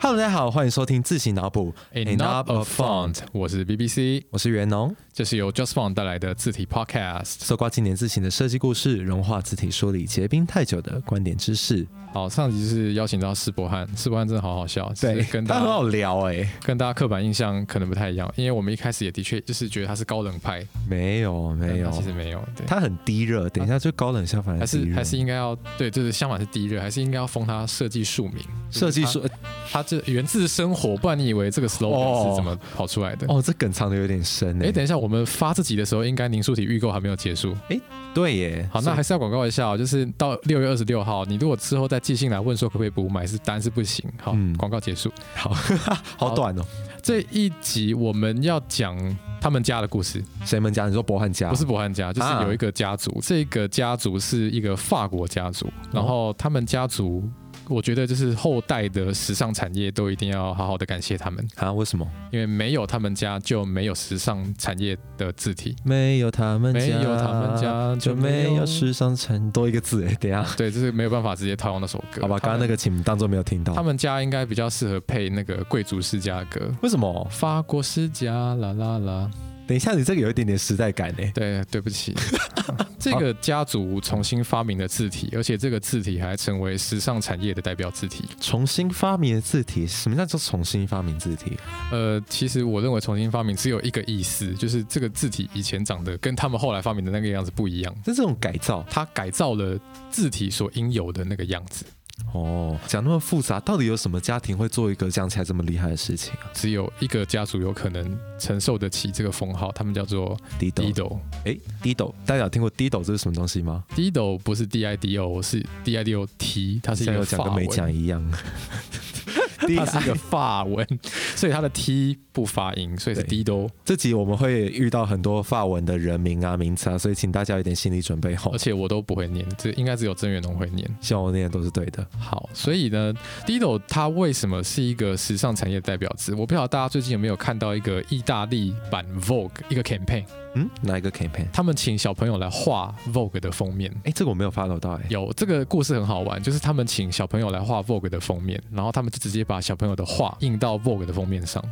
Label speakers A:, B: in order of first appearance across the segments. A: Hello，大家好，欢迎收听自行脑补
B: Enough of Font，我是 BBC，
A: 我是袁农，
B: 这是由 Just Font 带来的字体 Podcast。
A: 搜刮经典字型的设计故事，融化字体梳理结冰太久的观点知识。
B: 好，上集是邀请到施伯翰，施伯翰真的好好笑，只是跟
A: 他
B: 大
A: 很好
B: 家
A: 聊哎、
B: 跟大家刻板印象可能不太一样，因为我们一开始也的确就是觉得他是高冷派，
A: 没有没有
B: 但他，其实没有，对，
A: 他很低热，等一下就高冷相反
B: 还
A: 的低
B: 是
A: 热，
B: 还是应该要对，就是相反是低热，还是应该要封他设计署名，
A: 设计说
B: 他这源自生活，不然你以为这个 slogan
A: 哦
B: 是怎么跑出来的？
A: 哦，这梗藏的有点深哎、
B: 哎，等一下，我们发这集的时候，应该凝塑体预购还没有结束。
A: 对耶，
B: 好，那还是要广告一下、哦，就是到六月二十六号，你如果之后再寄信来问说可不可以补买，是单是不行。好，
A: 嗯
B: 广告结束。
A: 好好短哦。
B: 这一集我们要讲他们家的故事，
A: 谁们家？你说博汉家？
B: 不是，伯汉家，就是
A: 啊哦
B: 有一个家族，这个家族是一个法国家族，然后他们家族。我觉得就是后代的时尚产业都一定要好好的感谢他们，
A: 啊？为什么？
B: 因为没有他们家就没有时尚产业的字体。
A: 没有他们家，
B: 没有他们家
A: 就
B: 就没有
A: 没有时尚产多一个字哎、等一下。
B: 对，这是没有办法直接套用那首歌。
A: 好吧，
B: 他
A: 刚刚
B: 们
A: 那个请当做没有听到。
B: 他们家应该比较适合配那个贵族世家的歌，
A: 为什么？
B: 法国世家啦啦啦。
A: 等一下，你这个有一点点时代感呢。
B: 对，对不起，这个家族重新发明了字体，而且这个字体还成为时尚产业的代表字体。
A: 重新发明的字体，什么叫做重新发明字体？啊
B: 呃，其实我认为重新发明只有一个意思，就是这个字体以前长得跟他们后来发明的那个样子不一样，
A: 这是这种改造
B: 它改造了字体所应有的那个样子。
A: 哦。讲那么复杂，到底有什么家庭会做一个讲起来这么厉害的事情啊？
B: 只有一个家族有可能承受得起这个封号，他们叫做
A: 滴斗，
B: Dido。
A: 哎，滴斗，大家有听过滴斗这是什么东西吗？
B: Dido 不是 D I D O，是 D I D O T，它是一
A: 像有
B: 个
A: 讲
B: 法
A: 跟没
B: 文，
A: 讲一样。
B: 它是一个法文，所以它的 T 不发音，所以是
A: 对
B: Dido。
A: 这集我们会遇到很多法文的人名啊、名词啊，所以请大家有点心理准备吼
B: 而。且我都不会念，这应该只有郑元龙会念。
A: 希望我念的都是对的。
B: 好，所以呢，Dido 它为什么是一个时尚产业的代表词？我不晓得大家最近有没有看到一个意大利版 Vogue 一个 campaign，
A: 嗯，哪一个 campaign？
B: 他们请小朋友来画 Vogue 的封面。
A: 哎，这个我没有 follow 到哎。
B: 有这个故事很好玩，就是他们请小朋友来画 Vogue 的封面，然后他们就直接把小朋友的画印到 Vogue 的封面上，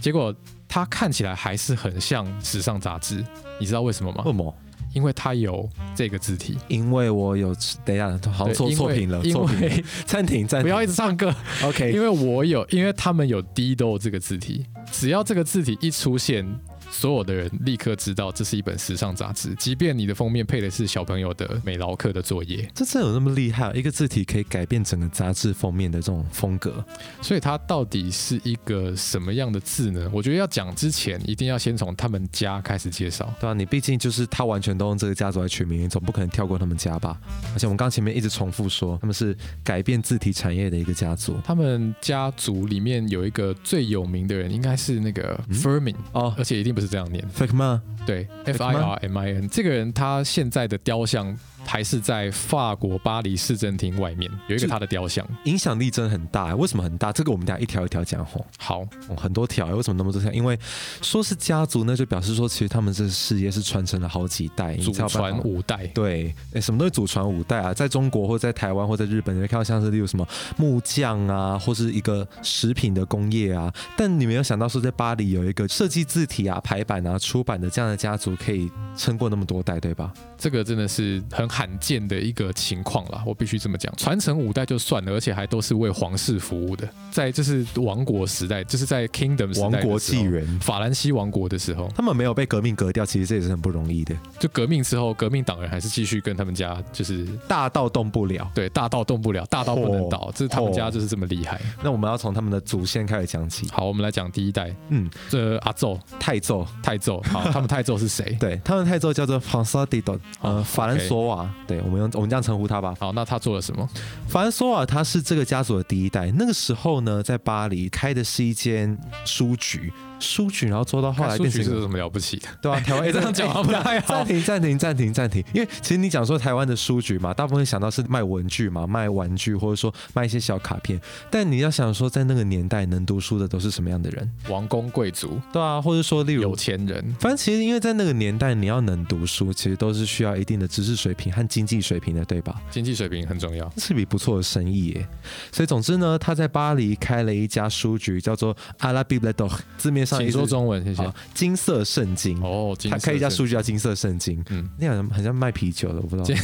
B: 结果它看起来还是很像时尚杂志，你知道为什么吗
A: 为？什么？
B: 因为它有这个字体，
A: 因为我有，等一下，好像
B: 对
A: 错
B: 因为
A: 错评了，
B: 因
A: 错评了。
B: 为
A: 暂停，暂停，
B: 不要一直唱歌，
A: OK。
B: 因为我有，因为他们有 Dido 这个字体，只要这个字体一出现。所有的人立刻知道这是一本时尚杂志，即便你的封面配的是小朋友的美劳课的作业，
A: 这真的有那么厉害？一个字体可以改变整个杂志封面的这种风格，
B: 所以它到底是一个什么样的字呢？我觉得要讲之前，一定要先从他们家开始介绍。
A: 对啊，你毕竟就是他完全都用这个家族来取名，你总不可能跳过他们家吧？而且我们刚前面一直重复说，他们是改变字体产业的一个家族。
B: 他们家族里面有一个最有名的人，应该是那个
A: 嗯
B: Fermin，、
A: 哦
B: 而且一定不是这样念，
A: f a k e m a
B: 对
A: 吗
B: ，F I R M I N。这个人他现在的雕像还是在法国巴黎市政厅外面有一
A: 是
B: 个他的雕像。
A: 影响力真的很大，为什么很大？这个我们等一下一条一条讲吼、
B: 好，
A: 哦很多条，为什么那么多条？因为说是家族，那就表示说其实他们这个事业是传承了好几代，
B: 祖
A: 哎你才有办法
B: 传五代。
A: 对，诶什么都是祖传五代啊，在中国或在台湾或在日本，你会看到像是例如什么木匠啊，或是一个食品的工业啊。但你没有想到说，在巴黎有一个设计字体啊、排版啊、出版的这样的家族，可以撑过那么多代，对吧？
B: 这个真的是很罕见的一个情况啦，我必须这么讲。传承五代就算了，而且还都是为皇室服务的，在就是王国时代，就是在 Kingdom 时代
A: 王
B: 的时候
A: 国纪元，
B: 法兰西王国的时候，
A: 他们没有被革命革掉，其实这也是很不容易的，
B: 就革命之后，革命党人还是继续跟他们家就是。
A: 大到动不了。
B: 对，大到动不了，大到不能
A: 哦
B: 倒，这是他们
A: 嚯
B: 家就是这么厉害。
A: 那我们要从他们的祖先开始讲起。
B: 好，我们来讲第一代，
A: 嗯，
B: 这阿奏、
A: 泰胄，
B: 泰奏， 好，他们泰奏是谁？
A: 对，他们泰胄叫做 f r a n ç o i d o
B: 哦
A: 呃，
B: ，OK
A: 法兰索瓦，对我们用我们这样称呼他吧。
B: 好，那他做了什么？
A: 法兰索瓦他是这个家族的第一代。那个时候呢，在巴黎开的是一间书局，书局，然后做到后来
B: 看书
A: 变
B: 局
A: 成
B: 是有
A: 一个
B: 什么了不起的？
A: 对 啊，台湾
B: 哎这样讲好像不太好
A: 暂停，暂停，暂停，暂停，因为其实你讲说台湾的书局嘛，大部分想到是卖文具嘛，卖玩具，或者说卖一些小卡片。但你要想说，在那个年代能读书的都是什么样的人？
B: 王公贵族、
A: 对啊，或者说例如
B: 有。钱人，
A: 反正其实，因为在那个年代，你要能读书，其实都是需要一定的知识水平和经济水平的，对吧？
B: 经济水平很重要。
A: 这是笔不错的生意耶。所以总之呢，他在巴黎开了一家书局，叫做阿拉比 b l e d o 字面上
B: 请
A: 一
B: 说中文，谢谢。
A: 哦金色圣经。
B: 哦，金
A: 他
B: 色
A: 开一家
B: 圣
A: 书局叫金色圣经，
B: 嗯
A: 那样好像卖啤酒的，我不知
B: 金
A: 道。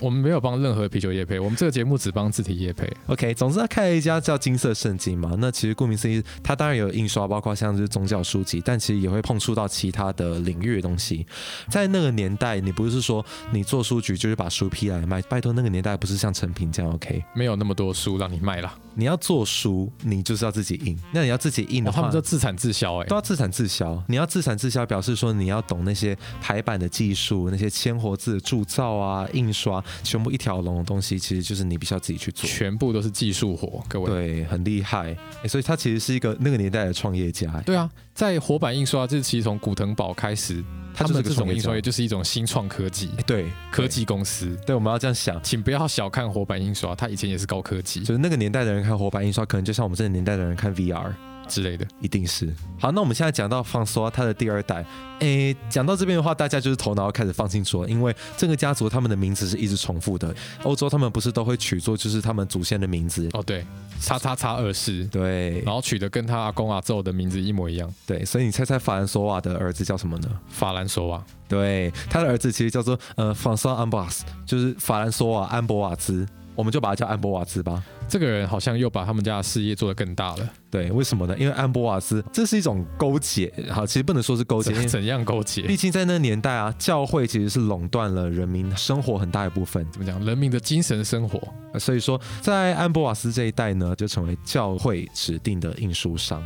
B: 我们没有帮任何啤酒业配，我们这个节目只帮字体业配。
A: OK，总之他开了一家叫金色圣经嘛，那其实顾名思义，他当然有印刷，包括像是宗教书籍，但其实也会碰触到其他的领域的东西。在那个年代，你不是说你做书局就是把书批来卖，拜托那个年代不是像成品这样 OK，
B: 没有那么多书让你卖啦，
A: 你要做书，你就是要自己印，那你要自己印的
B: 哦、他
A: 话。
B: 们就自产自销哎、
A: 都要自产自销，你要自产自销，表示说你要懂那些排版的技术，那些铅活字的铸造啊、印刷，全部一条龙的东西，其实就是你必须要自己去做。
B: 全部都是技术活，各位。
A: 对，很厉害、诶所以他其实是一个那个年代的创业家、诶
B: 对啊，在活版印刷，这其实从古腾堡开始，
A: 他就
B: 他
A: 是
B: 们
A: 个
B: 这
A: 创
B: 种
A: 业
B: 印刷
A: 家
B: 业。就是一种新创科技，
A: 诶对，
B: 科技公司。
A: 对，我们要这样想，
B: 请不要小看活版印刷，它以前也是高科技
A: 就是那个年代的人看活版印刷，可能就像我们这个年代的人看 VR。
B: 之类的。
A: 一定是好，那我们现在讲到放索他的第二代，诶，讲到这边的话，大家就是头脑要开始放清楚了，因为这个家族他们的名字是一直重复的，欧洲他们不是都会取作就是他们祖先的名字，
B: 哦，对，叉叉叉二世，
A: 对
B: 然后取的跟他阿公阿宙的名字一模一样，
A: 对，所以你猜猜法兰索瓦的儿子叫什么呢？
B: 法兰索瓦。
A: 对，他的儿子其实叫做呃法索安博瓦斯，就是法兰索瓦安博瓦兹，我们就把他叫安博瓦兹吧。
B: 这个人好像又把他们家的事业做得更大了，
A: 对，为什么呢？因为安博瓦兹这是一种勾结，好，其实不能说是勾结，因为嗯
B: 怎怎样勾
A: 毕
B: 结？
A: 竟在那年代啊，教会其实是垄断了人民生活很大一部分，
B: 怎么讲？人民的精神生活，
A: 呃所以说在安博瓦斯这一代呢，就成为教会指定的印书商。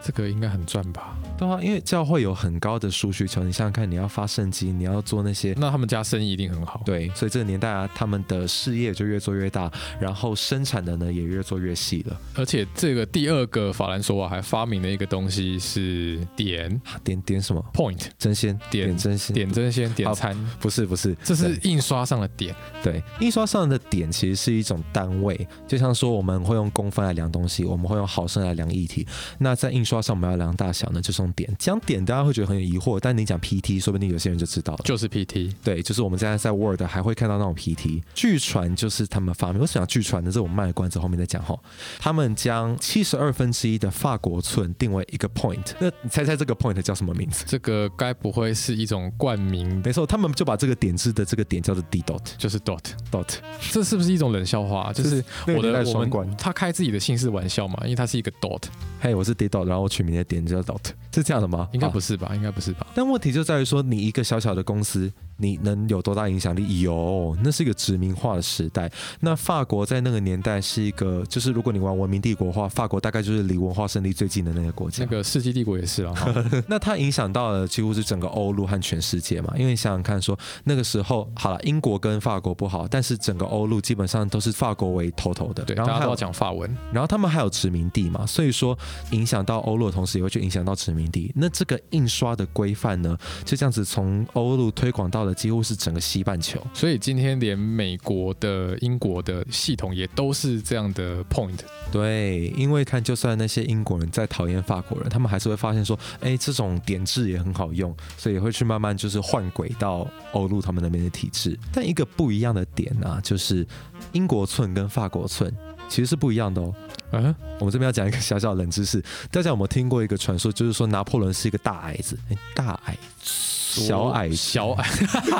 B: 这个应该很赚吧？
A: 对啊，因为教会有很高的书需求，你想想看，你要发圣经，你要做那些。
B: 那他们家生意一定很好。
A: 对，所以这个年代啊，他们的事业就越做越大，然后生产的呢也越做越细了。
B: 而且这个第二个法兰索瓦还发明了一个东西是点
A: 啊点点什么？
B: point
A: 真鲜
B: 点
A: 真鲜
B: 点针线点
A: 好
B: 餐，
A: 不是不是，
B: 这是印刷上的点。
A: 对，印刷上的点其实是一种单位，就像说我们会用公分来量东西，我们会用毫升来量液体。那在印刷上我们要量大小呢，就是用点。讲点大家会觉得很有疑惑，但你讲 PT，说不定有些人就知道了。
B: 就是 PT，
A: 对，就是我们现在在 Word 还会看到那种 PT。据传就是他们发明，我想据传的，这我们卖的关子后面再讲哈。他们将七十二分之一的法国寸定为一个 point，那你猜猜这个 point 叫什么名字？
B: 这个该不会是一种冠名，
A: 没错，他们就把这个点字的这个点叫做 d dot
B: 就是 dot，
A: dot，
B: 这是不是一种冷笑话？啊就是
A: 那个
B: 我
A: 年代
B: 的
A: 的
B: 我
A: 双关
B: 们。他开自己的姓氏玩笑嘛，因为他是一个 dot，
A: 嘿、我是 D dot，然后我取名的点就叫 dot，是这样的吗？
B: 应该不
A: 是、
B: 是吧？应该不是吧？
A: 但问题就在于说，你一个小小的公司，你能有多大影响力？有，那是一个殖民化的时代。那法国在那个年代是一个，就是如果你玩文明帝国的话，法国大概就是离文化胜利最近的那个国家。
B: 那个世纪帝国 也是啊，哈
A: 那它影响到了几乎是整个欧陆和全世界嘛。因为你想想看说，那个时候好了，英国跟法国不好，但是整个欧陆基本上都是法国为头头的。
B: 对，
A: 然
B: 大
A: 后
B: 家
A: 还有
B: 都要讲法文，
A: 然后他们还有殖民地嘛，所以说影响到欧陆的同时，也会去影响到殖民地。那这个印刷的规范呢，就这样子从欧陆推广到了几乎是整个西半球。
B: 所以今天连美国的、英国的系统也都是这样的 point，
A: 对，因为看就算那些英国人再讨厌法国人，他们还是会发现说，哎，这种点痣也很好用，所以也会去慢慢就是换轨到欧陆他们那边的体制。但一个不一样的点啊，就是英国寸跟法国寸其实是不一样的哦。
B: 嗯、
A: 我们这边要讲一个小小的冷知识，大家有没有听过一个传说，就是说拿破仑是一个大矮子？哎，大矮小矮子
B: 小矮，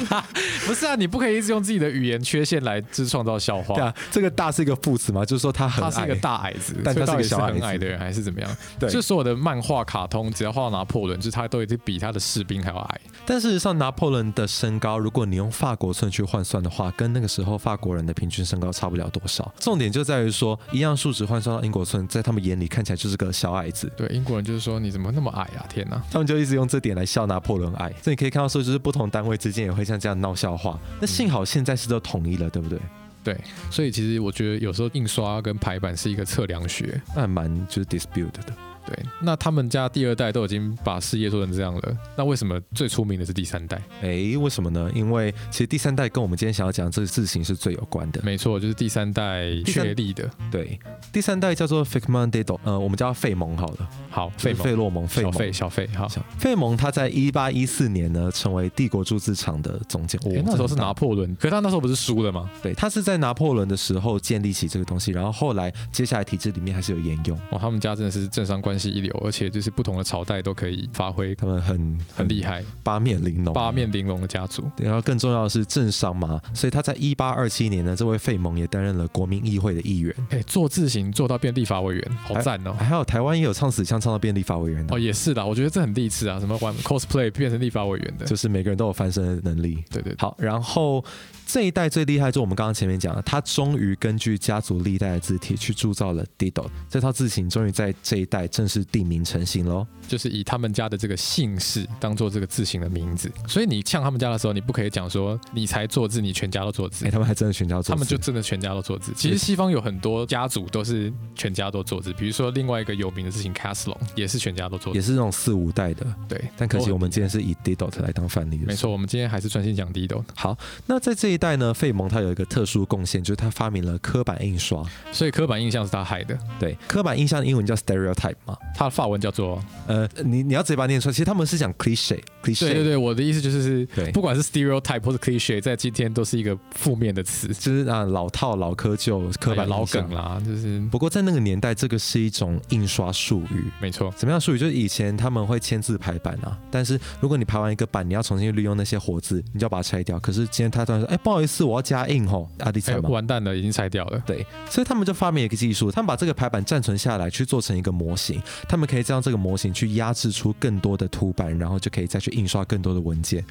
B: 不是啊，你不可以一直用自己的语言缺陷来制创造笑
A: 对
B: 话。
A: 啊，这个大是一个副词嘛，就是说他很
B: 他
A: 矮，
B: 是一个大矮子，
A: 但
B: 所以
A: 他是一个
B: 到
A: 小矮
B: 底
A: 子
B: 很矮的人还是怎么样？
A: 对
B: 就所有的漫画、卡通，只要画到拿破仑，就是他都已经比他的士兵还要矮。
A: 但事实上，拿破仑的身高，如果你用法国寸去换算的话，跟那个时候法国人的平均身高差不了多少。重点就在于说，一样数值换算到英国寸，在他们眼里看起来就是个小矮子。
B: 对，英国人就是说你怎么那么矮啊？天哪！
A: 他们就一直用这点来笑拿破仑矮，所以你可以看到说，就是不同单位之间也会像这样闹笑话。那幸好现在是都统一了，对不对？
B: 对，所以其实我觉得有时候印刷跟排版是一个测量学。
A: 那还蛮就是 dispute 的。
B: 对，那他们家第二代都已经把事业做成这样了，那为什么最出名的是第三代？
A: 诶，为什么呢？因为其实第三代跟我们今天想要讲的这个事情是最有关的。
B: 没错，就是第三代
A: 第三
B: 确立的。
A: 对，第三代叫做 Figmendedo，呃，我们叫它费蒙好了，
B: 好，
A: 就是
B: 费蒙
A: 费洛蒙，费
B: 小
A: 蒙。
B: 费小费哈。
A: 小费蒙他在一八一四年呢，成为帝国铸制厂的总监。我
B: 诶那时候是拿破仑，可他那时候不是输了吗？
A: 对，他是在拿破仑的时候建立起这个东西，然后后来接下来体制里面还是有沿用，
B: 哇，哦他们家真的是政商关系一流，而且就是不同的朝代都可以发挥
A: 他们很
B: 很厉害，
A: 八面玲珑，
B: 八面玲珑的家族。
A: 对。然后更重要的是政商嘛，所以他在一八二七年呢，这位费蒙也担任了国民议会的议员，
B: 哎、做字形做到变立法委员，好赞哦、
A: 还有台湾也有唱死腔唱到变立法委员啊的
B: 哦，，也是啦，我觉得这很励志啊，什么玩 cosplay 变成立法委员的，
A: 就是每个人都有翻身的能力。
B: 对对对，
A: 好，然后这一代最厉害，就我们刚刚前面讲的，他终于根据家族历代的字体去铸造了 Dido 这套字形，终于在这一代正式定名成型喽。
B: 就是以他们家的这个姓氏当做这个字形的名字，所以你呛他们家的时候，你不可以讲说你才做字，你全家都做字
A: 哎、，他们还真的全家做字，
B: 他们就真的全家都做字。其实西方有很多家族都是全家都做字，比如说另外一个有名的事情 Caslon 也是全家都做字
A: 也。是那种四五代的，
B: 对，
A: 但可惜
B: 都
A: 我们今天是以 Dido 来当范例的。
B: 没。错，我们今天还是专心讲 Dido，
A: 那在这一代呢，费蒙他有一个特殊贡献，就是他发明了刻板印刷。
B: 所以刻板印象是他害的。
A: 对，刻板印象的英文叫 stereotype 嘛。
B: 他的法文叫做……
A: 呃，你你要直接把它念出来。其实他们是讲 cliche，cliche，
B: 对对对，我的意思就是是，
A: 对
B: 不管是 stereotype 或是 cliche，在今天都是一个负面的词，
A: 就是啊老套、老窠臼、刻板
B: 哎老
A: 印象
B: 梗。啦，就是
A: 不过在那个年代，这个是一种印刷术语。
B: 没错。
A: 怎么样术语？就是以前他们会签字排版啊，但是如果你排完一个版，你要重新利用那些活字，你就要把它拆掉。可是今天他突然说：“哎、不好意思，我要加印吼，阿迪
B: 哎
A: 才，嘛。
B: 完蛋了，已经拆掉了。
A: 对，所以他们就发明了一个技术，他们把这个排版暂存下来，去做成一个模型。他们可以将这个模型去压制出更多的图板，然后就可以再去印刷更多的文件。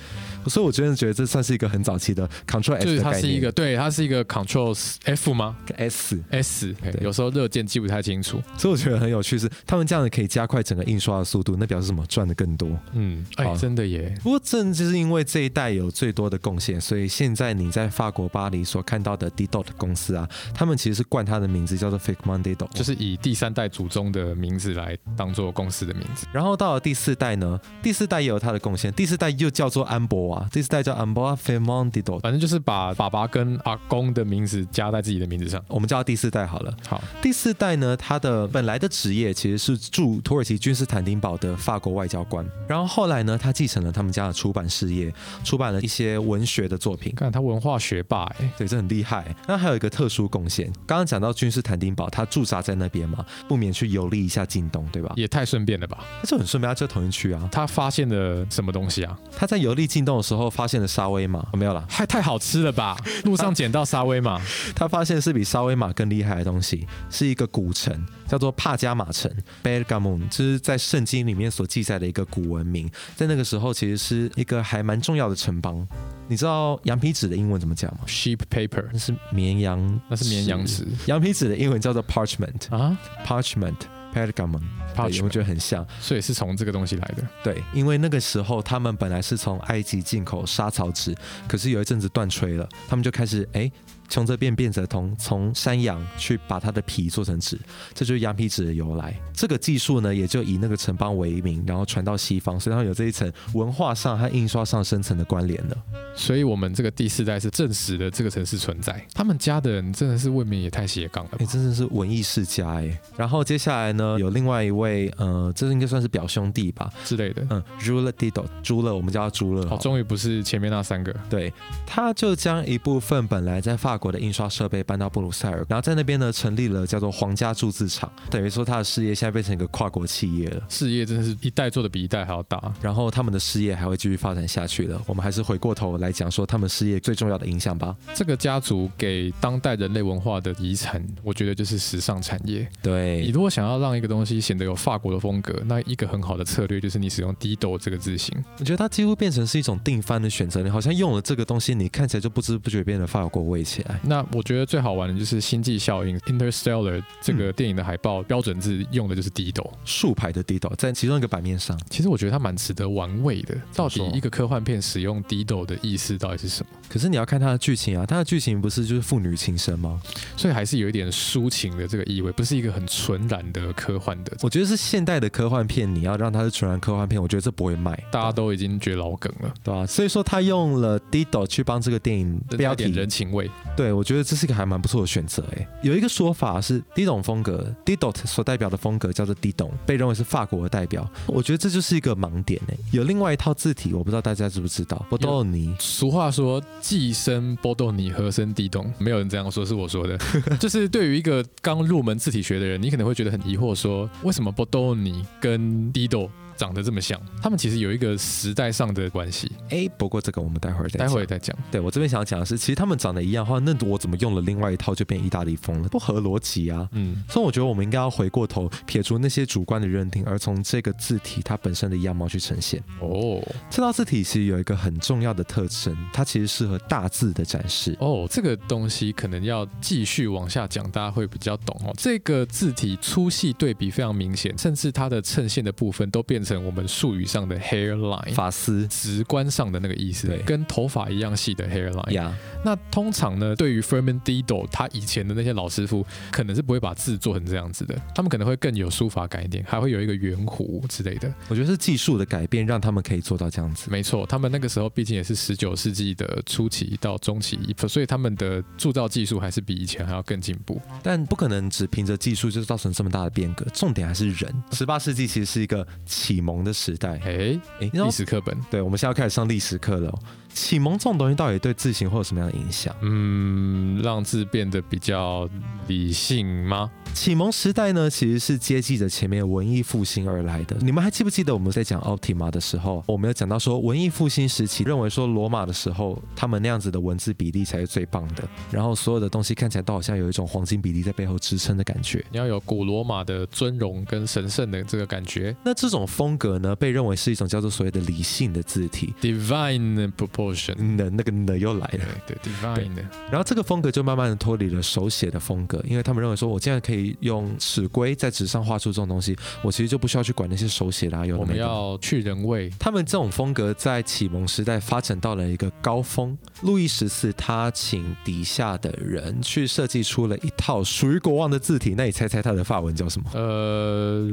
A: 所以我真的觉得这算是一个很早期的 Control
B: 就
A: S
B: 是
A: 的
B: 它
A: 概
B: 是一
A: 念
B: 个，对，它是一个 Control F 吗
A: S。
B: ？S，哎
A: 对
B: 有时候热键记不太清楚。
A: 所以我觉得很有趣是，他们这样可以加快整个印刷的速度，那表示什么？赚的更多。
B: 嗯，哎，
A: 好
B: 真的耶，
A: 不过正就是因为这一代有最多的贡献，所以现在你在法国巴黎所看到的 Dido 的公司啊，他们其实是冠它的名字叫做 f i g m o n d i d o
B: 就是以第三代祖宗的名字来当做公司的名字。
A: 然后到了第四代呢，第四代也有它的贡献，第四代又叫做安博瓦，第四代叫 a m b o a f e m o n d i d o
B: 反正就是把爸爸跟阿公的名字加在自己的名字上。
A: 我们叫它第四代好了。
B: 好，
A: 第四代呢，他的本来的职业其实是驻土耳其君士坦丁堡的法国外交官，然后后来呢，他继承了他们家的出版事业，出版了一些文学的作品。
B: 看他文化学霸哎、
A: 对，这很厉害。那还有一个特殊贡献，刚刚讲到君士坦丁堡，他驻扎在那边嘛，不免去游历一下近东，对吧？
B: 也太顺便了吧？
A: 他就很顺便，他就同一区啊。
B: 他发现了什么东西啊？
A: 他在游历近东的时候，发现了沙威玛，哦没有啦，
B: 太太好吃了吧？路上捡到沙威玛，
A: 他发现是比沙威玛更厉害的东西，是一个古城，叫做帕加马城 （Bergamo），这是在圣经里面所记载的一个古文明。在那个时候，其实是一个还蛮重要的城邦。你知道羊皮纸的英文怎么讲吗？
B: sheep paper，
A: 那是绵羊，
B: 那是绵羊
A: 纸。
B: 纸
A: 羊皮纸的英文叫做 parchment，parchment。
B: 啊
A: Pergamum，对我
B: ，parchment，
A: 觉得很像。
B: 所以是从这个东西来的。
A: 对，因为那个时候他们本来是从埃及进口莎草纸，可是有一阵子断吹了，他们就开始哎，穷则变，变则通，从山羊去把它的皮做成纸，这就是羊皮纸的由来。这个技术呢，也就以那个城邦为名，然后传到西方，所以它有这一层文化上和印刷上深层的关联了。
B: 所以我们这个第四代是证实了这个城市存在。他们家的人真的是未免也太斜杠了吧
A: 哎，？真的是文艺世家哎。然后接下来呢，有另外一位，呃，这应该算是表兄弟吧，
B: 之类的。
A: 嗯 r u l e Dido，朱勒，我们叫他朱勒好
B: 哦，
A: 了。
B: 终于不是前面那三个，
A: 对，他就将一部分本来在法国的印刷设备搬到布鲁塞尔，然后在那边呢成立了叫做皇家铸字厂，等于说他的事业现在变成一个跨国企业了。
B: 事业真的是一代做的比一代还要大。
A: 然后他们的事业还会继续发展下去了。我们还是回过头来讲说他们事业最重要的影响吧。
B: 这个家族给当代人类文化的遗产，我觉得就是时尚产业。你
A: 对，
B: 如果想要让一个东西显得有法国的风格，那一个很好的策略就是你使用 Dido 这个字形。
A: 我觉得它几乎变成是一种定番的选择。你好像用了这个东西，你看起来就不知不觉变得法国味起来。
B: 那我觉得最好玩的就是《星际效应》（Interstellar） 这
A: 嗯
B: 个电影的海报标准字用的就是 Dido。
A: 竖排的地道在其中一个版面上，
B: 其实我觉得它蛮值得玩味的。到底
A: 说
B: 一个科幻片使用 Dido 的意思到底是什么？
A: 可是你要看它的剧情啊，它的剧情不是就是父女情深吗？
B: 所以还是有一点抒情的这个意味，不是一个很纯然的科幻的，
A: 我觉得是现代的科幻片，你要让它是纯然科幻片，我觉得这不会卖，啊
B: 大家都已经觉得老梗了，
A: 对吧、啊所以说他用了 Dido 去帮这个电影标
B: 要点人
A: 题，
B: 情味。
A: 对我觉得这是一个还蛮不错的选择。哎，有一个说法是 Dido 风格，Dido 所代表的风格叫做 Dido，被认为是法国的代表。我觉得这就是一个盲点哎。有另外一套字体，我不知道大家知不知道，波多尼。
B: 俗话说“既生波动你，何生地动”，没有人这样说，是我说的。就是对于一个刚入门字体学的人，你可能会觉得很疑惑说为什么波动你跟地动长得这么像？他们其实有一个时代上的关系，
A: 哎，不过这个我们待会儿再
B: 待
A: 讲
B: 会儿再讲。
A: 对我这边想讲的是，其实他们长得一样的话，那我怎么用了另外一套就变意大利风了？不合逻辑啊！
B: 嗯，
A: 所以我觉得我们应该要回过头，撇除那些主观的认定，而从这个字体它本身的样貌去呈现。
B: 哦
A: 这道字体其实有一个很重要的特征，它其实适合大字的展示。
B: 哦，这个东西可能要继续往下讲，大家会比较懂哦。这个字体粗细对比非常明显，甚至它的衬线的部分都变成我们术语上的 hairline。
A: 发丝
B: 直观上的那个意思
A: 对，
B: 跟头发一样细的 hairline。
A: 呀，
B: 那通常呢，对于 Fermin Dido 他以前的那些老师傅，可能是不会把字做成这样子的，他们可能会更有书法感一点，还会有一个圆弧之类的。
A: 我觉得是技术的改变让他们可以做到这样子。
B: 没错，他们那个时候毕竟也是十九世纪的初期到中期，所以他们的铸造技术还是比以前还要更进步。
A: 但不可能只凭着技术就造成这么大的变革，重点还是人。十八世纪其实是一个启蒙的时代，
B: 哎，
A: 诶
B: 历史课本，
A: 对，我们现在要开始上历史课了哦、启蒙这种东西到底对字形会有什么样的影响？
B: 嗯，让字变得比较理性吗？
A: 启蒙时代呢，其实是接继着前面文艺复兴而来的。你们还记不记得我们在讲 Optima 的时候，我们有讲到说文艺复兴时期认为说罗马的时候，他们那样子的文字比例才是最棒的，然后所有的东西看起来都好像有一种黄金比例在背后支撑的感觉。
B: 你要有古罗马的尊荣跟神圣的这个感觉
A: 那这种风格呢，被认为是一种叫做所谓的理性的字体。
B: ，divine proportion。
A: 呢，那个呢又来了
B: 对。对，divine 的。
A: 然后这个风格就慢慢的脱离了手写的风格，因为他们认为说，我既然可以用尺规在纸上画出这种东西，我其实就不需要去管那些手写啦、有的
B: 我们
A: 没的
B: 要去人味，
A: 他们这种风格在启蒙时代发展到了一个高峰。路易十四他请底下的人去设计出了一套属于国王的字体，那你猜猜他的法文叫什么？
B: 呃，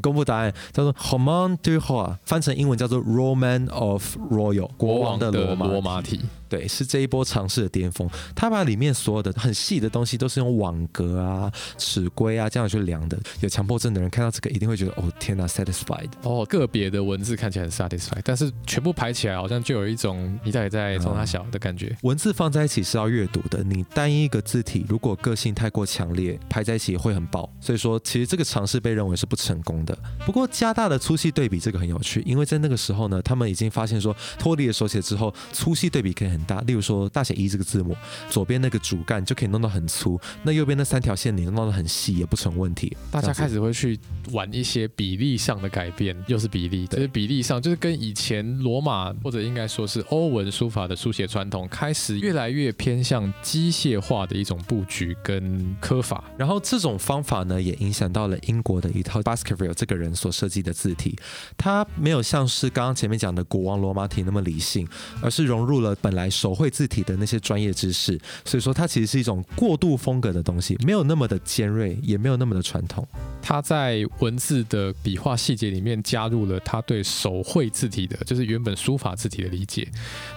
A: 公布答案叫做 Roman du Roi，翻成英文叫做 Roman of Royal，国王的罗马。
B: 罗马体，
A: 对，是这一波尝试的巅峰。他把里面所有的很细的东西都是用网格啊、尺规啊这样去量的。有强迫症的人看到这个一定会觉得，哦天哪，satisfied。
B: 哦，个别的文字看起来很 satisfy，但是全部排起来好像就有一种你到底在冲它小的感觉。
A: 文字放在一起是要阅读的，你单一一个字体如果个性太过强烈，排在一起会很爆。所以说，其实这个尝试被认为是不成功的。不过加大的粗细对比这个很有趣，因为在那个时候呢，他们已经发现说脱离了手写之后，粗细对比可以很大。例如说大写一这个字母，左边那个主干就可以弄到很粗，那右边那三条线你弄到很细也不成问题。
B: 大家
A: 这样子
B: 开始会去玩一些比例上的改变，又是比例，就是比例上，就是跟以前罗马或者应该说是欧文书法的书写传统，开始越来越偏向机械化的一种布局跟刻法。
A: 然后这种方法呢，也影响到了英国的一套 Baskerville 这个人所设计的字体，它没有像是刚刚前面讲的国王罗马体那么理性，而是融入了本来手绘字体的那些专业知识，所以说它其实是一种过渡风格的东西，没有那么的尖锐，也没有那么的传统。
B: 他在文字的笔画细节里面加入了他对手绘字体的，就是原本书法字体的理解，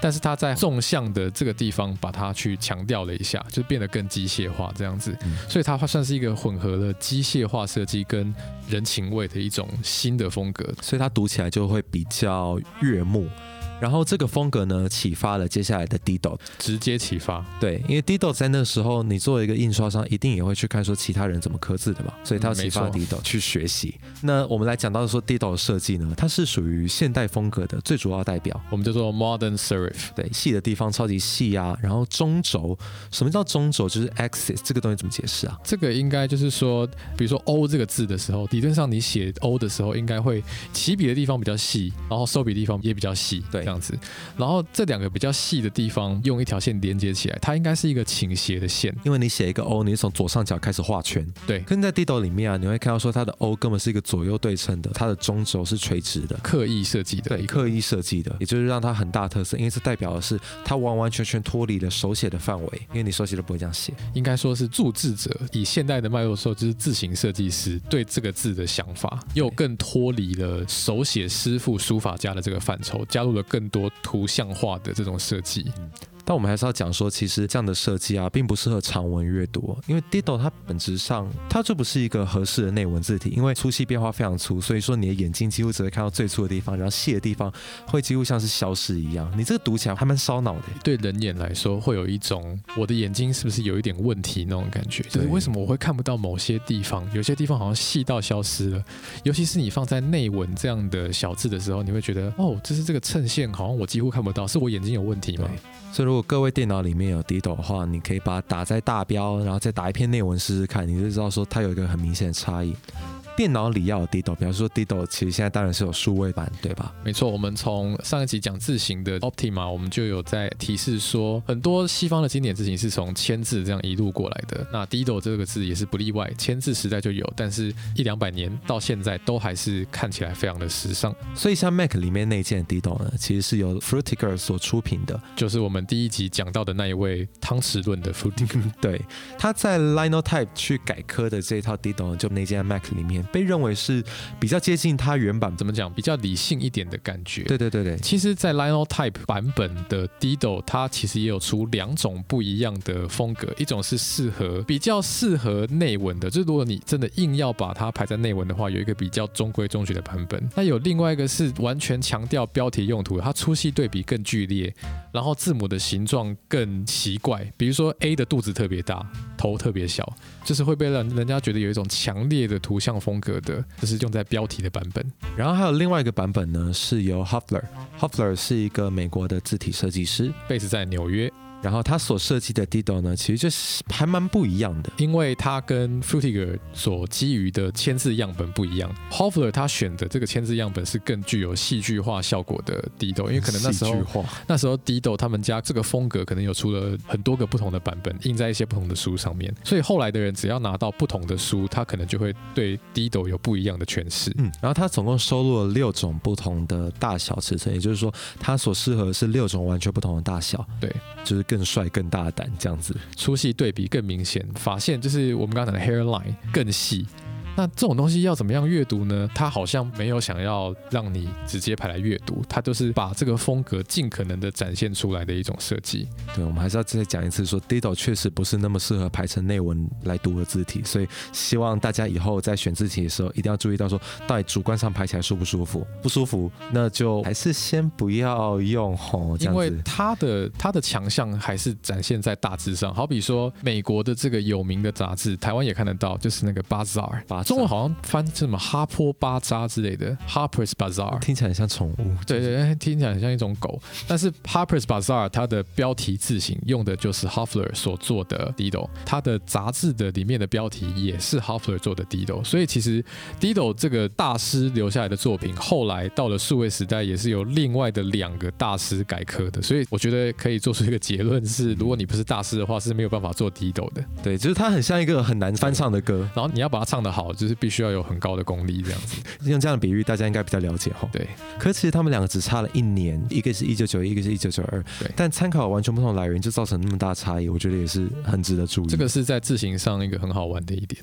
B: 但是他在纵向的这个地方把它去强调了一下，就变得更机械化这样子，
A: 嗯
B: 所以它算是一个混合了机械化设计跟人情味的一种新的风格。
A: 所以它读起来就会比较悦目。然后这个风格呢，启发了接下来的 Dido。
B: 直接启发，
A: 对，因为 Dido 在那个时候，你作为一个印刷商，一定也会去看说其他人怎么刻字的嘛，所以他要
B: 嗯
A: 启发
B: 没错
A: Dido 去学习。那我们来讲到说 Dido 的设计呢，它是属于现代风格的最主要代表。
B: 我们叫做 modern serif。
A: 对，细的地方超级细啊，然后中轴，什么叫中轴？就是 axis 这个东西怎么解释啊？
B: 这个应该就是说，比如说 “o” 这个字的时候，理论上你写 “o” 的时候，应该会起笔的地方比较细，然后收笔的地方也比较细，
A: 对
B: 这样子。然后这两个比较细的地方用一条线连接起来，它应该是一个倾斜的线。
A: 因为你写一个 O，你是从左上角开始画圈。
B: 对
A: 可是在地斗里面啊，你会看到说它的 O 根本是一个左右对称的，它的中轴是垂直的。
B: 刻意设计的
A: 对，
B: 一个，
A: 刻意设计的，也就是让它很大特色，因为这代表的是它完完全全脱离了手写的范围，因为你手写都不会这样写。
B: 应该说是注字者以现代的脉络说，就是字形设计师对这个字的想法，又更脱离了手写师傅、书法家的这个范畴，加入了更多图像化的这种设计。
A: 但我们还是要讲说，其实这样的设计啊，并不适合长文阅读，哦因为 Dido 它本质上它就不是一个合适的内文字体，因为粗细变化非常粗，所以说你的眼睛几乎只会看到最粗的地方，然后细的地方会几乎像是消失一样。你这个读起来还蛮烧脑的。
B: 对人眼来说，会有一种我的眼睛是不是有一点问题那种感觉，就是为什么我会看不到某些地方，有些地方好像细到消失了。尤其是你放在内文这样的小字的时候，你会觉得哦，就是这个衬线好像我几乎看不到，是我眼睛有问题吗？
A: 所以如果各位电脑里面有 Dido 的话，你可以把它打在大标，然后再打一篇内文试试看，你就知道说它有一个很明显的差异。电脑里要有 Dido，比方说 Dido 其实现在当然是有数位版，对吧？
B: 没错，我们从上一集讲字形的 Optima，我们就有在提示说，很多西方的经典字形是从铅字这样一路过来的。那 Dido 这个字也是不例外，铅字时代就有，但是一两百年到现在都还是看起来非常的时尚。
A: 所以像 Mac 里面那件 Dido 呢，其实是由 Frutiger 所出品的，
B: 就是我们第一集讲到的那一位汤匙论的 f u t i g
A: 对，他在 Linotype 去改刻的这一套 Dido 就那件 Mac 里面被认为是比较接近它原版。
B: 怎么讲比较理性一点的感觉。
A: 对对对对，
B: 其实，在 Linotype 版本的 Dido，它其实也有出两种不一样的风格，一种是适合比较适合内文的，就是如果你真的硬要把它排在内文的话，有一个比较中规中矩的版本。那有另外一个是完全强调标题用途，它粗细对比更剧烈，然后字母的形状更奇怪，比如说 A 的肚子特别大，头特别小，就是会被让人家觉得有一种强烈的图像风格的，就是用在标题的版本。
A: 然后还有另外一个版本呢，是由 Huffler，Huffler 是一个美国的字体设计师，
B: base 在纽约，
A: 然后他所设计的 Dido 呢，其实就是还蛮不一样的。
B: 因为它跟 Frutiger 所基于的签字样本不一样，Hoffler 他选的这个签字样本是更具有戏剧化效果的 Dido，因为可能那时
A: 戏
B: 候
A: 剧化
B: 那时候 Dido 他们家这个风格可能有出了很多个不同的版本，印在一些不同的书上面，所以后来的人只要拿到不同的书，他可能就会对 Dido 有不一样的诠释。
A: 嗯，然后它总共收录了六种不同的大小尺寸，也就是说，它所适合的是六种完全不同的大小。
B: 对，
A: 就是更帅、更大胆这样子。
B: 粗细对比更明显，发现就是我们刚刚讲的 hairline 更细。那这种东西要怎么样阅读呢？它好像没有想要让你直接排来阅读，它就是把这个风格尽可能的展现出来的一种设计。
A: 对，我们还是要再讲一次说，Dido 确实不是那么适合排成内文来读的字体，所以希望大家以后在选字体的时候，一定要注意到说，到底主观上排起来舒不舒服？不舒服，那就还是先不要用吼，这
B: 因
A: 样
B: 为
A: 子。
B: 它的它的强项还是展现在大致上，好比说美国的这个有名的杂志，台湾也看得到，就是那个 Bazaar，
A: Bazaar
B: 中文好像翻成什么哈坡巴扎之类的，Harper's Bazaar。
A: 听起来很像宠物，
B: 对
A: 就是
B: 对，对听起来很像一种狗。但是 Harper's Bazaar 它的标题字型用的就是 Hoffler 所做的 Dido，它的杂志的里面的标题也是 Hoffler 做的 Dido，所以其实 Dido 这个大师留下来的作品，后来到了数位时代，也是由另外的两个大师改刻的。所以我觉得可以做出一个结论是，如果你不是大师的话，是没有办法做 Dido 的。
A: 对，就是它很像一个很难翻唱的歌，
B: 然后你要把它唱得好，就是必须要有很高的功力这样子。
A: 用这样的比喻，大家应该比较了解吼。
B: 对，
A: 可其实他们两个只差了一年，一个是一九九一，一个是一九九二
B: 对，
A: 但参考完全不同的来源，就造成那么大差异，我觉得也是很值得注意。
B: 这个是在字型上一个很好玩的一点。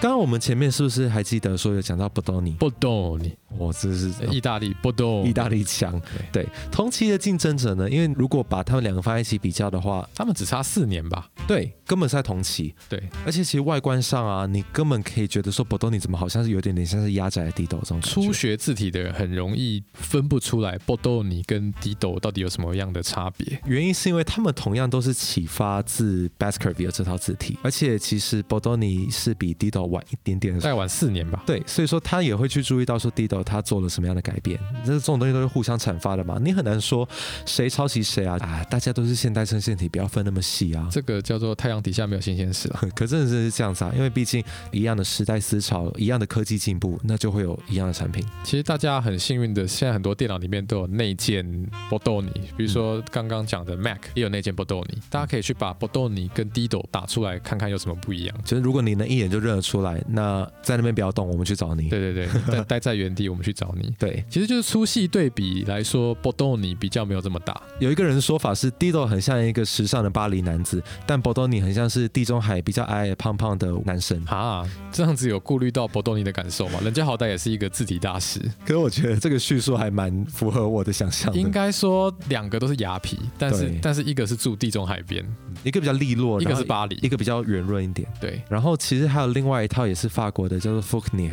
A: 刚刚我们前面是不是还记得说有讲到 Bodoni？
B: b o d o n
A: 我这是
B: 哎
A: 哦
B: 意大利 b o d o
A: 意大利强。对，同期的竞争者呢，因为如果把他们两个放在一起比较的话，
B: 他们只差四年吧？
A: 对，根本是在同期。
B: 对，
A: 而且其实外观上啊，你根本可以觉得说 Bodoni 怎么好像是有点点像是压窄的 Dido 这种感
B: 初
A: 觉。
B: 学字体的人很容易分不出来 b o d o 尼跟 Dido 到底有什么样的差别。
A: 原因是因为他们同样都是启发自 Baskerville 这套字体，而且其实 Bodoni 是比 Dido 晚一点点的
B: 再晚四年吧。
A: 对，所以说他也会去注意到说 Dido 他做了什么样的改变，这这种东西都是互相阐发的嘛，你很难说谁抄袭谁啊啊，大家都是现代衬线体，不要分那么细啊。
B: 这个叫叫做“太阳底下没有新鲜事”啊。
A: 可真的是这样子啊，因为毕竟一样的时代思潮，一样的科技进步，那就会有一样的产品。
B: 其实大家很幸运的，现在很多电脑里面都有内建 Bodoni，比如说刚刚讲的 Mac 也有内建 Bodoni，大家可以去把 Bodoni 跟 Dido 打出来看看有什么不一样。
A: 就是如果你能一眼就认得出来，那在那边不要动，我们去找你。
B: 对对对，待待在原地，我们去找你。
A: 对，
B: 其实就是粗细对比来说，Bodoni 比较没有这么大。
A: 有一个人的说法是，Dido 很像一个时尚的巴黎男子，但 Bodoni 很像是地中海比较矮矮胖胖的男生。
B: 啊，这样子有顾虑到 Bodoni 的感受吗？人家好歹也是一个字体大师，
A: 可是我觉得这个叙述还蛮符合我的想象
B: 应
A: 的，
B: 该说两个都是牙皮，但是
A: 对
B: 但是一个是住地中海边，
A: 一个比较利落，
B: 一个
A: 然后
B: 是巴黎，
A: 一个比较圆润一点。
B: 对。
A: 然后其实还有另外一套也是法国的，叫做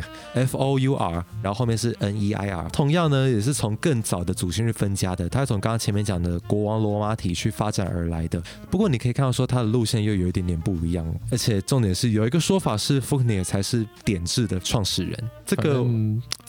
A: Fournier，F O U R，然后后面是 N E I R。同样呢，也是从更早的祖先去分家的，它是从刚刚前面讲的国王罗马体去发展而来的。不过你可以看到说它的路线又有一点点不一样，而且重点是有一个说法是 Fournier 才是典制的创始人。这
B: 这
A: 个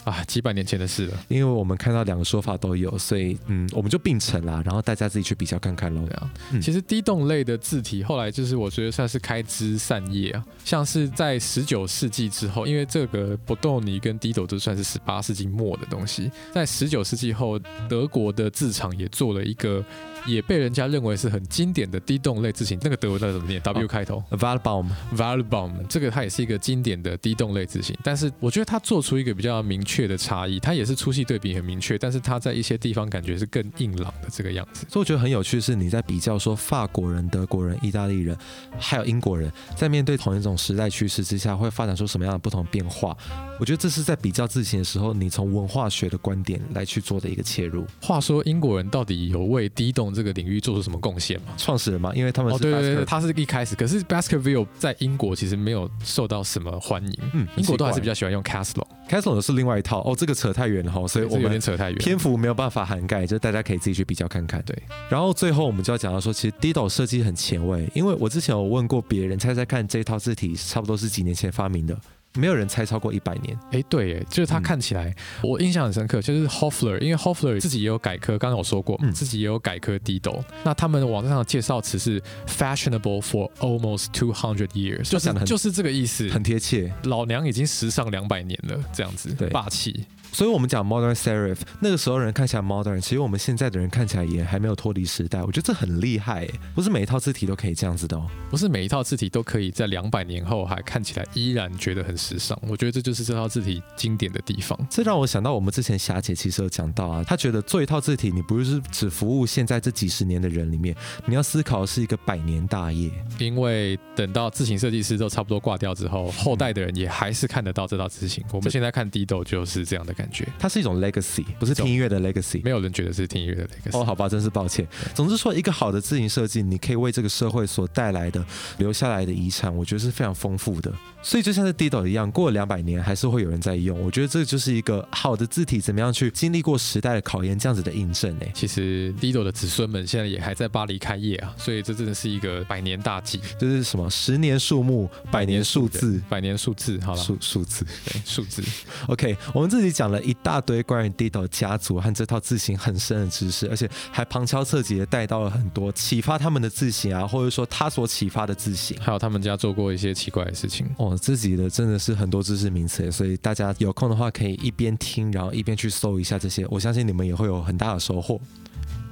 B: 啊，几百年前的事了。
A: 因为我们看到两个说法都有，所以嗯，我们就并成啦，然后大家自己去比较看看喽
B: 对。啊，
A: 嗯
B: 其实低动类的字体后来就是我觉得算是开枝散叶啊，像是在十九世纪之后，因为这个博豆尼跟低斗都算是十八世纪末的东西，在十九世纪后，德国的字厂也做了一个，也被人家认为是很经典的低动类字体，那个德文叫怎么念？W 开头
A: v a l b a u m
B: v a l b o m 这个它也是一个经典的低动类字型，但是我觉得它做出一个比较明确的差异，它也是粗细对比很明确，但是它在一些地方感觉是更硬朗的这个样子。
A: 所以我觉得很有趣，是你在比较说法国人、德国人、意大利人，还有英国人，在面对同一种时代趋势之下，会发展出什么样的不同变化？我觉得这是在比较字形的时候，你从文化学的观点来去做的一个切入。
B: 话说英国人到底有为低动这个领域做出什么贡献吗？
A: 创始人嘛，因为他们
B: 哦，
A: 是
B: 对对对，
A: Basque-
B: 他是一开始，可是 Baskerville 在英国其实没有受到什么欢迎，
A: 嗯，
B: 英国都还是比
A: 较
B: 较喜欢用 Castle，
A: Castle 是另外一套哦，这个扯太远了哈，所以我
B: 这有
A: 们
B: 点扯太远。
A: 篇幅没有办法涵盖，就大家可以自己去比较看看。
B: 对，
A: 然后最后我们就要讲到说，其实 Dido 设计很前卫，因为我之前有问过别人，猜猜看这套字体差不多是几年前发明的，没有人猜超过一百年。
B: 哎，对耶，就是他
A: 嗯
B: 看起来，我印象很深刻，就是 Hoffler，因为 Hoffler 自己也有改科，刚刚有说过嘛，
A: 嗯
B: 自己也有改科低斗。那他们网站上的介绍词是 fashionable for almost two hundred years，就
A: 讲得
B: 是
A: 很
B: 就是这个意思。
A: 很贴切，
B: 老娘已经时尚两百年了，这样子
A: 对，
B: 霸气。
A: 所以我们讲 modern serif，那个时候人看起来 modern，其实我们现在的人看起来也还没有脱离时代，我觉得这很厉害耶，不是每一套字体都可以这样子的哦。
B: 不是每一套字体都可以在两百年后还看起来依然觉得很时尚，我觉得这就是这套字体经典的地方。
A: 这让我想到我们之前霞姐其实有讲到啊，她觉得做一套字体，你不是只服务现在这几十年的人里面，你要思考的是一个百年大业。
B: 因为等到字型设计师都差不多挂掉之后，后代的人也还是看得到这套字
A: 嗯
B: 型。我们现在看低斗就是这样的感觉，
A: 它是一种 legacy，不是听音乐的 legacy。
B: 没有人觉得是听音乐的那个。
A: 哦，好吧，真是抱歉。总之说，一个好的自行设计，你可以为这个社会所带来的、留下来的遗产，我觉得是非常丰富的。所以就像是 Dido 一样，过了两百年还是会有人在用。我觉得这就是一个好的字体怎么样去经历过时代的考验，这样子的印证欸诶。
B: 其实 Dido 的子孙们现在也还在巴黎开业啊，所以这真的是一个百年大计，
A: 就是什么十年树木，百年数字。
B: 百年数字，好了，
A: 数数字
B: 对数字。
A: ，OK，我们自己讲了一大堆关于 Dido 家族和这套字型很深的知识，而且还旁敲侧击的带到了很多启发他们的字型啊，或者说他所启发的字型。
B: 还有他们家做过一些奇怪的事情。
A: 哦，自己的真的是很多知识名词耶，所以大家有空的话可以一边听，然后一边去搜一下这些，我相信你们也会有很大的收获。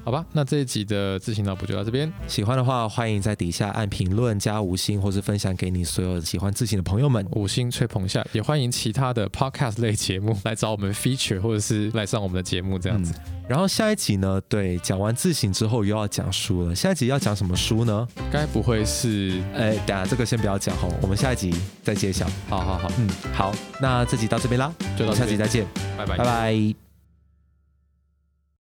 B: 好吧，那这一集的自行脑补就到这边。
A: 喜欢的话，欢迎在底下按评论加五星，或是分享给你所有喜欢自行的朋友们。
B: 五星吹捧一下，也欢迎其他的 podcast 类节目来找我们 feature，或者是来上我们的节目这样子。
A: 嗯然后下一集呢，对，讲完自行之后又要讲书了。下一集要讲什么书呢？
B: 该不会是？
A: 哎，等一下这个先不要讲哦，我们下一集再揭晓。
B: 好好好，
A: 嗯，好，那这集到这边啦，
B: 就到
A: 下
B: 这
A: 集
B: 里，
A: 再见，
B: 拜拜
A: 拜。拜